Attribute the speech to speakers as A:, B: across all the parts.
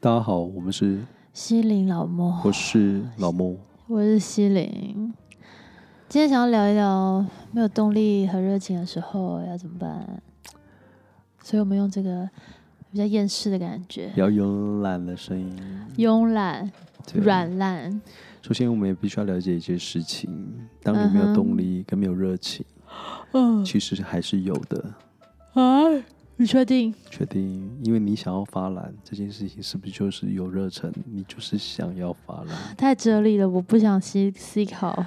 A: 大家好，我们是，
B: 西林老莫，
A: 我是老孟。
B: 我是西林。今天想要聊一聊没有动力和热情的时候要怎么办，所以我们用这个比较厌世的感觉
A: 比，较慵懒的声音，
B: 慵懒、
A: 对
B: 软烂，
A: 首先，我们也必须要了解一些事情，当你没有动力跟没有热情，
B: 嗯
A: 其实还是有的。
B: 啊，你确定？
A: 确定，因为你想要发懒这件事情，是不是就是有热忱？你就是想要发懒，
B: 太哲理了，我不想思思考。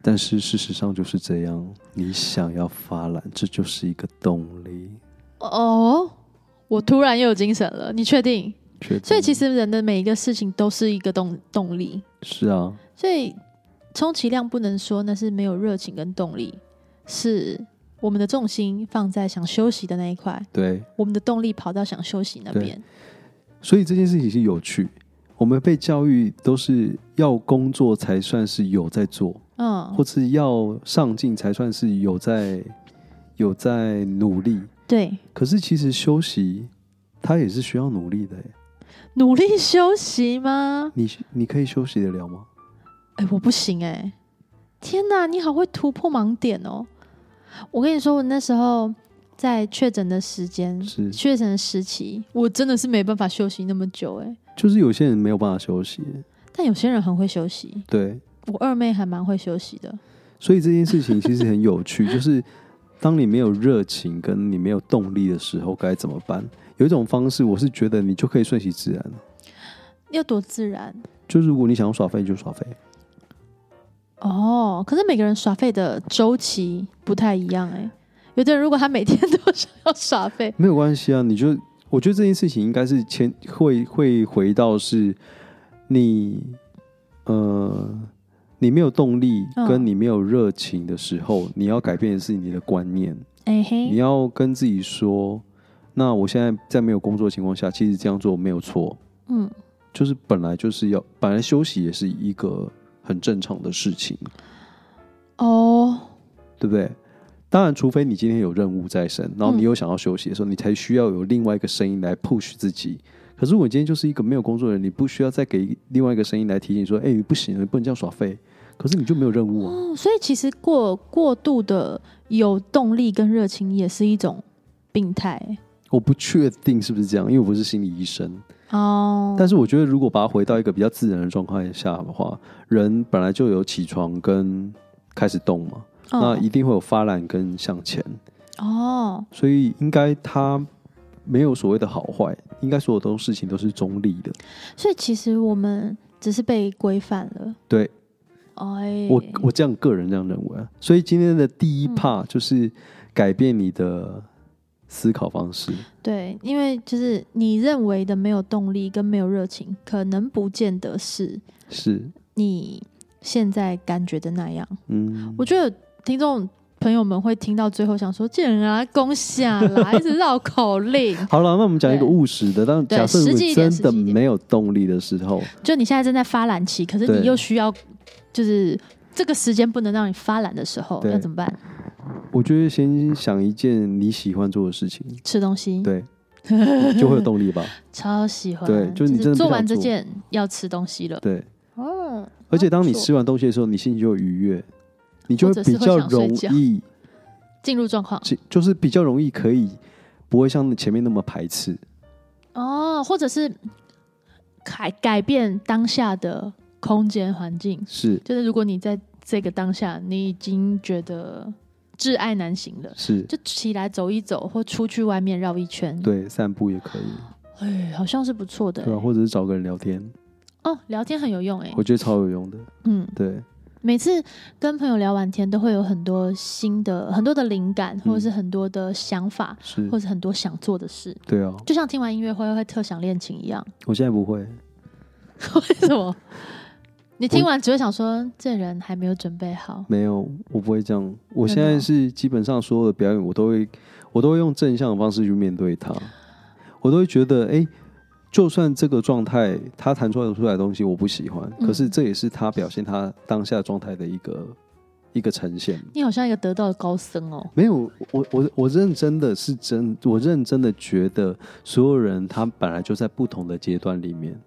A: 但是事实上就是这样，你想要发懒，这就是一个动力。
B: 哦，我突然又有精神了，你确定？
A: 确定
B: 所以其实人的每一个事情都是一个动动力，
A: 是啊，
B: 所以充其量不能说那是没有热情跟动力，是我们的重心放在想休息的那一块，
A: 对，
B: 我们的动力跑到想休息那边。
A: 所以这件事情是有趣。我们被教育都是要工作才算是有在做，
B: 嗯
A: 或，是要上进才算是有在有在努力。
B: 对，
A: 可是其实休息，它也是需要努力的耶。
B: 努力休息吗？
A: 你你可以休息得了吗？
B: 哎、我不行哎、天哪，你好会突破盲点哦！我跟你说，我那时候在确诊的时间，
A: 是
B: 确诊的时期，我真的是没办法休息那么久哎、
A: 就是有些人没有办法休息耶，
B: 但有些人很会休息，
A: 对。
B: 我二妹还蛮会休息的。
A: 所以这件事情其实很有趣，就是当你没有热情跟你没有动力的时候该怎么办？有一种方式，我是觉得你就可以顺其自然，
B: 要多自然
A: 就是如果你想要耍废就耍废。
B: 哦。可是每个人耍废的周期不太一样哎、有的人如果他每天 都想要耍废，
A: 没有关系啊，你就我觉得这件事情应该是前会会回到是你呃你没有动力
B: 嗯
A: 跟你没有热情的时候，你要改变的是你的观念，
B: 哎、
A: 你
B: 嘿，
A: 要跟自己说，那我现在在没有工作的情况下，其实这样做没有错，
B: 嗯，
A: 就是本来就是要本来休息也是一个很正常的事情，
B: 哦，
A: 对不对？当然，除非你今天有任务在身，然后你
B: 嗯
A: 又想要休息的时候，你才需要有另外一个声音来 push 自己。可是我今天就是一个没有工作的人，你不需要再给另外一个声音来提醒说：“哎、你不行，你不能这样耍废。”可是你就没有任务啊，
B: 哦，所以其实过过度的有动力跟热情也是一种病态欸
A: 我不确定是不是这样，因为我不是心理医生。
B: 哦。
A: 但是我觉得，如果把它回到一个比较自然的状况下的话，人本来就有起床跟开始动嘛，那
B: 哦
A: 一定会有发懒跟向前。
B: 哦，
A: 所以应该它没有所谓的好坏，应该所有东事情都是中立的。
B: 所以其实我们只是被规范了。
A: 对，
B: 哎，
A: 我我这样个人这样认为啊。所以今天的第一
B: 嗯
A: part 就是改变你的思考方式，
B: 嗯对，因为就是你认为的没有动力跟没有热情，可能不见得是
A: 是
B: 你现在感觉的那样。
A: 嗯，
B: 我觉得听众朋友们会听到最后想说：“这人啊，恭喜啊，啦， 一直绕口令。
A: 好了，那我们讲一个
B: 对
A: 务实的。当
B: 对
A: 假设
B: 实际
A: 你
B: 一点
A: 真的
B: 实际一点
A: 没有动力的时候，”
B: 就你现在正在发懒期，可是
A: 对
B: 你又需要，就是这个时间不能让你发懒的时候，
A: 对
B: 要怎么办？
A: 我觉得先想一件你喜欢做的事情，
B: 吃东西，
A: 对，就会有动力 吧。
B: 超喜欢。
A: 对就是你真的
B: 是
A: 不
B: 做
A: 想
B: 完这
A: 做
B: 件要吃东西了。
A: 对，
B: 哦，
A: 而且当你
B: 不错
A: 吃完东西的时候，你心情就有愉悦，你就
B: 或
A: 会
B: 者
A: 比
B: 是
A: 较
B: 会想睡
A: 容
B: 觉
A: 易
B: 进入状况
A: 就就是比较容易可以不会像前面那么排斥。
B: 哦，或者是改改变当下的空间环境。
A: 是
B: 就是如果你在这个当下，你已经觉得挚爱难行了，
A: 是，
B: 就起来走一走，或出去外面绕一圈。，
A: 对，散步也可以，
B: 哎，好像是不错的、
A: 对啊吧、或者是找个人聊天，
B: 哦，聊天很有用哎、
A: 我觉得超有用的。
B: 嗯，
A: 对，
B: 每次跟朋友聊完天，都会有很多新的、很多的灵感，或者是很多的想法，
A: 是
B: 或，者是很多想做的事。
A: 对啊，
B: 就像听完音乐会会特想恋情一 样，
A: 我现在不会，
B: 为什么？你听完只会想说，这人还没有准备好。
A: 没有，我不会这样。我现
B: 真的
A: 在
B: 哦
A: 是基本上所有的表演，我都会，我都会用正向的方式去面对它，我都会觉得，哎、就算这个状态他弹出来出来的东西我不喜欢，可是
B: 嗯
A: 这也是他表现他当下状态的一个。一个呈现。
B: 你好像一个得道的高僧哦。
A: 没有，我我我认真的是真，我认真的觉得所有人他本来就在不同的阶段里面，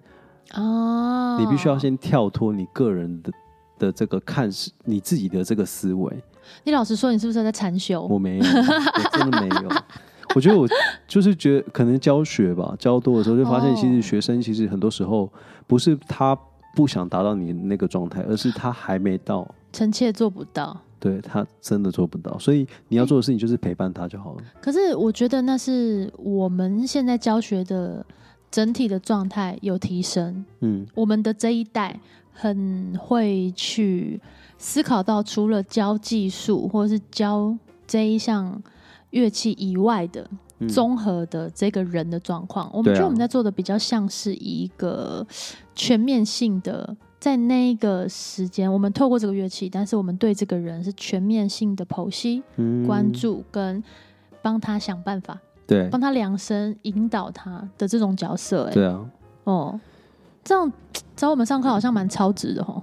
B: 啊，
A: 你必须要，先跳脱你个人的的这个看是你自己的这个思维。
B: 你老实说，你是不是在禅修？
A: 我没有，我真的没有。 我觉得我就是觉得可能教学吧，教多的时候就发现，
B: 哦
A: 其实学生其实很多时候不是他不想达到你那个状态，而是他还没到，
B: 臣妾做不到。
A: 对他真的做不到。所以你要做的事情就是陪伴他就好了。
B: 可是我觉得那是我们现在教学的整体的状态有提升，
A: 嗯，
B: 我们的这一代很会去思考到，除了教技术或者是教这一项乐器以外的
A: 嗯
B: 综合的这个人的状况，我
A: 对
B: 们
A: 啊
B: 觉得我们在做的比较像是一个全面性的。在那一个时间，我们透过这个乐器，但是我们对这个人是全面性的剖析、
A: 嗯
B: 关注跟帮他想办法、
A: 对
B: 帮他量身、引导他的这种角色、欸。
A: 对啊，
B: 哦，这样找我们上课好像蛮超值的哦。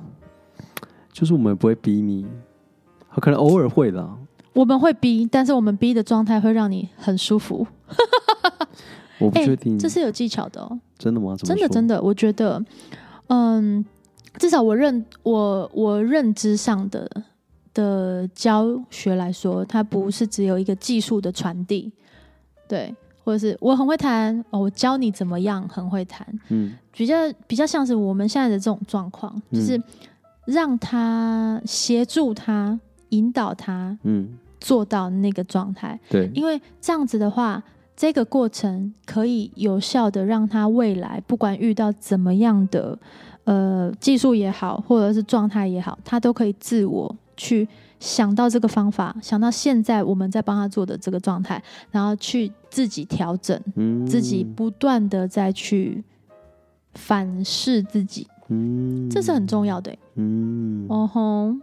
A: 就是我们不会逼你，可能偶尔会啦。
B: 我们会逼，但是我们逼的状态会让你很舒服。
A: 我不
B: 哎、
A: 确定，
B: 这是有技巧的哦，
A: 真的吗？
B: 真的真
A: 的，
B: 的，我觉得，嗯，至少我认我我认知上的的教学来说，它不是只有一个技术的传递，对，或者是我很会弹哦，我教你怎么样，很会弹，
A: 嗯
B: 比较比较像是我们现在的这种状况，
A: 嗯
B: 就是让他协助他、引导他
A: 嗯，
B: 做到那个状态，
A: 对，
B: 因为这样子的话，这个过程可以有效的让他未来不管遇到怎么样的呃技术也好，或者是状态也好，他都可以自我去想到这个方法，想到现在我们在帮他做的这个状态，然后去自己调整。
A: 嗯
B: 自己不断的再去反视自己，
A: 嗯
B: 这是很重要的、欸。
A: 嗯
B: 哦吼，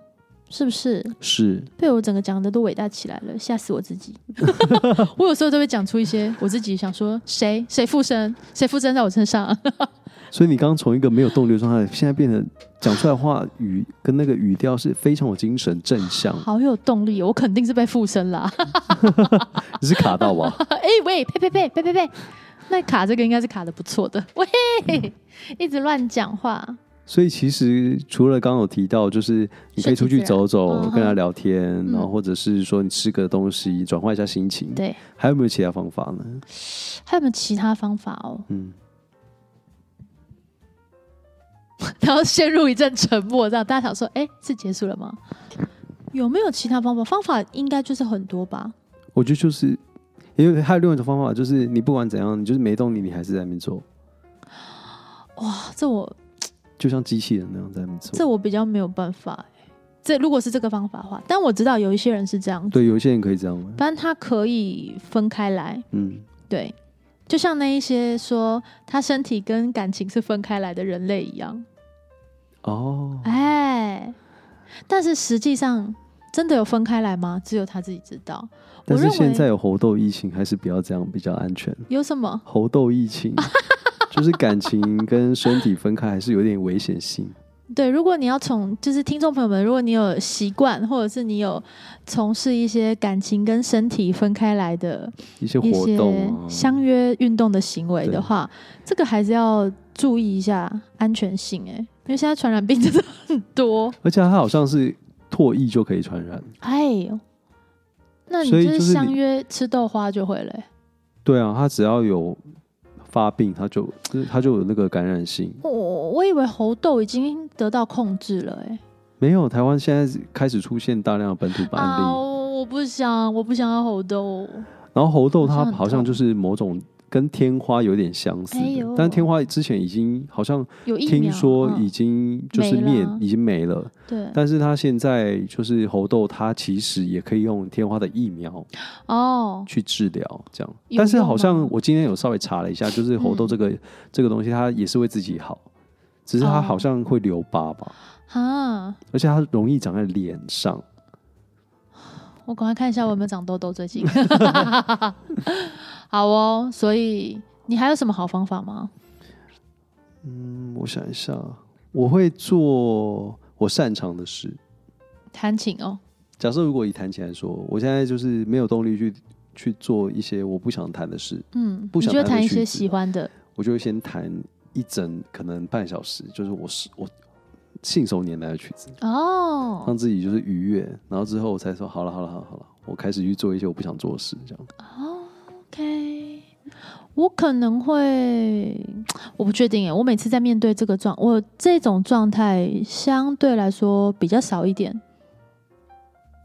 B: 是不是
A: 是
B: 被我整个讲的都伟大起来了？吓死我自 己！我有时候都会讲出一些我自己想说，谁谁附身，谁附身在我 身上。
A: 所以你刚刚从一个没有动力的状态，现在变成讲出来话语跟那个语调是非常有精神正向。
B: 好有动力哦，我肯定是被附身啦！
A: 你是卡到啊吧？
B: 哎、喂，呸呸呸呸呸呸，那卡这个应该是卡的不错的。喂，
A: 嗯
B: 一直乱讲话，
A: 所以其实除了刚刚有提到，就是你可以出去走
B: 顺
A: 走，
B: 其自然嗯哼嗯
A: 跟他聊天，然后或者是说你吃个东西，转换一下心情。
B: 对，
A: 还有没有其他方法呢？
B: 还有没有其他方法哦？
A: 嗯，
B: 然后陷入一阵沉默，这样大家想说：“哎、是结束了吗？”有没有其他方法？方法应该就是很多吧。
A: 我觉得就是，因为还有另外一种方法，就是你不管怎样，你就是没动力，你还是在那边做，
B: 哇，这我
A: 就像机器人那样在那边做。
B: 这我比较没有办法、哎这如果是这个方法的话，但我知道有一些人是这样子，
A: 对，有一些人可以这样吗？
B: 反正他可以分开来。
A: 嗯，
B: 对，就像那一些说他身体跟感情是分开来的人类一样，
A: 哦，
B: 哎，但是实际上真的有分开来吗？只有他自己知道。我
A: 但是
B: 认为
A: 现在有猴痘疫情，还是不要这样比较安全。
B: 有什么？
A: 猴痘疫情 就是感情跟身体分开，还是有点危险性。
B: 对，如果你要从就是听众朋友们，如果你有习惯，或者是你有从事一些感情跟身体分开来的
A: 一些
B: 一
A: 活
B: 些
A: 动、啊、
B: 相约运动的行为
A: 对
B: 的话，这个还是要注意一下安全性哎、因为现在传染病真 的很多。
A: 而且它好像是唾液就可以传染。
B: 哎呦，那你
A: 所以
B: 是
A: 就是你
B: 相约吃豆花就会了欸、
A: 对啊，它只要有发病，它就就是它就有那个感染性。
B: 我、我以为猴痘已经得到控制了哎、
A: 没有，台湾现在开始出现大量的本土版
B: 啊，
A: 案例，
B: 我不想，我不想要猴痘。
A: 然后猴痘它
B: 好像很
A: 好像
B: 痛
A: 就是某种。跟天花有点相似的
B: 哎呦
A: 但天花之前已经好像
B: 有疫苗，
A: 听说
B: 嗯
A: 已经就是
B: 没了
A: 灭
B: 啊，
A: 已经没了。
B: 对
A: 但是它现在就是猴痘，它其实也可以用天花的疫苗
B: 哦，
A: 去治疗，这样。
B: 有
A: 但是
B: 用
A: 好像
B: 吗
A: 我今天有稍微查了一下，就是猴痘
B: 嗯
A: 这个、这个东西，它也是为自己好，只是它
B: 哦
A: 好像会留疤吧，
B: 哈，
A: 而且它容易长在脸上。
B: 我赶快看一下我有没有长痘痘 最近。好哦，所以你还有什么好方法吗？
A: 嗯，我想一下，我会做我擅长的事，
B: 弹琴哦，
A: 假设如果以弹琴来说，我现在就是没有动力去去做一些我不想弹的事，
B: 嗯，
A: 不
B: 你
A: 想
B: 就
A: 弹的
B: 弹一
A: 曲
B: 些
A: 子
B: 喜欢的，
A: 我就会先弹一整可能半小时，就是我是我信手拈来的曲子，
B: 哦
A: 让自己就是愉悦，然后之后我才说好了好了好了好了，我开始去做一些我不想做的事，这样。
B: 哦，OK，我可能会，我不确定耶。我每次在面对这个状，我这种状态相对来说比较少一点，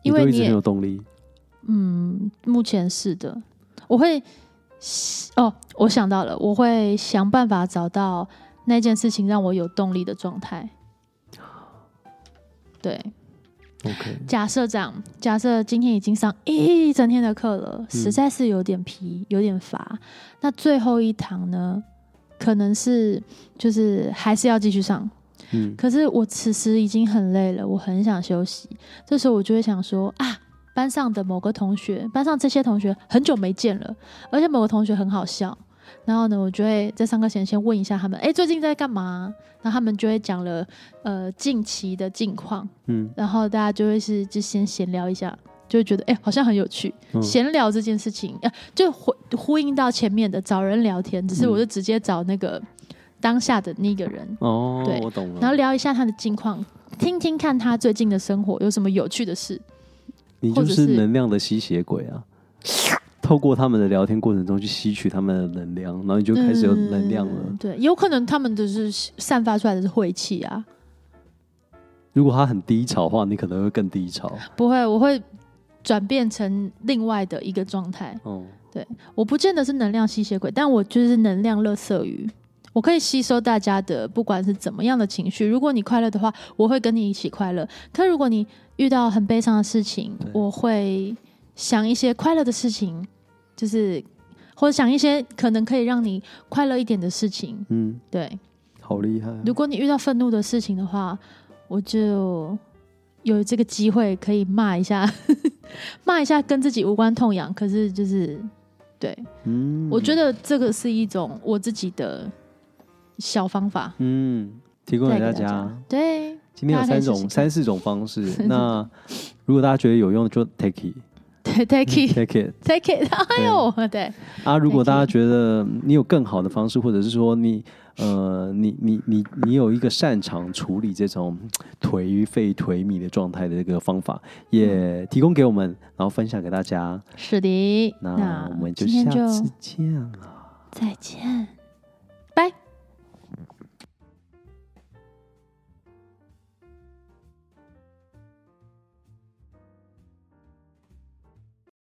B: 因为
A: 你都一
B: 你
A: 直很
B: 也
A: 有动 力，
B: 嗯，目前是的，我会哦，我想到了，我会想办法找到那件事情让我有动力的状态。对，
A: OK，
B: 假设这样，假设今天已经上一整天的课了，实在是有点疲，有点乏。那最后一堂呢，可能是就是还是要继续上，
A: 嗯，
B: 可是我此时已经很累了，我很想休息。这时候我就会想说啊，班上的某个同学，班上这些同学很久没见了，而且某个同学很好笑。然后呢，我就会在上课前先问一下他们，哎，最近在干嘛？然后他们就会讲了，呃，近期的近况。
A: 嗯，
B: 然后大家就会是就先闲聊一下，就会觉得哎、好像很有趣。
A: 嗯
B: 闲聊这件事情，呃，就呼呼应到前面的找人聊天，只是
A: 嗯
B: 我就直接找那个当下的那个人，
A: 哦
B: 对，
A: 我懂了。
B: 然后聊一下他的近况，听听看他最近的生活有什么有趣的事。
A: 你就
B: 或者
A: 是
B: 是
A: 能量的吸血鬼啊！透过他们的聊天过程中去吸取他们的能量，然后你就开始有能量了。
B: 嗯对，有可能他们的是散发出来的是晦气啊，
A: 如果他很低潮的话，你可能会更低潮。
B: 不会，我会转变成另外的一个状态。
A: 哦，
B: 我不见得是能量吸血鬼，但我就是能量垃圾鱼。我可以吸收大家的，不管是怎么样的情绪。如果你快乐的话，我会跟你一起快乐；可如果你遇到很悲伤的事情
A: 对，
B: 我会想一些快乐的事情，就是或者想一些可能可以让你快乐一点的事情。
A: 嗯，
B: 对，
A: 好厉害啊、
B: 如果你遇到愤怒的事情的话，我就有这个机会可以骂一下， 骂一下跟自己无关痛痒，可是就是对。
A: 嗯，
B: 我觉得这个是一种我自己的小方法，
A: 嗯，提供给大
B: 带给大
A: 家
B: 家。对
A: 今天有
B: 大家
A: 三
B: 可以试试
A: 种、
B: 看
A: 三四种方式。 那如果大家觉得有用，就 take it，take
B: 对，take it
A: it。
B: take it，哎呦， 对，
A: 啊，如果
B: Thank
A: 大家觉得你有更好的方式，或者是说你呃，你你你你有一个擅长处理这种颓废颓靡的状态的这个方法，
B: 嗯
A: 也提供给我们，然后分享给大家。
B: 是的，
A: 那我们就
B: 今天
A: 下
B: 就
A: 次见了。
B: 再见。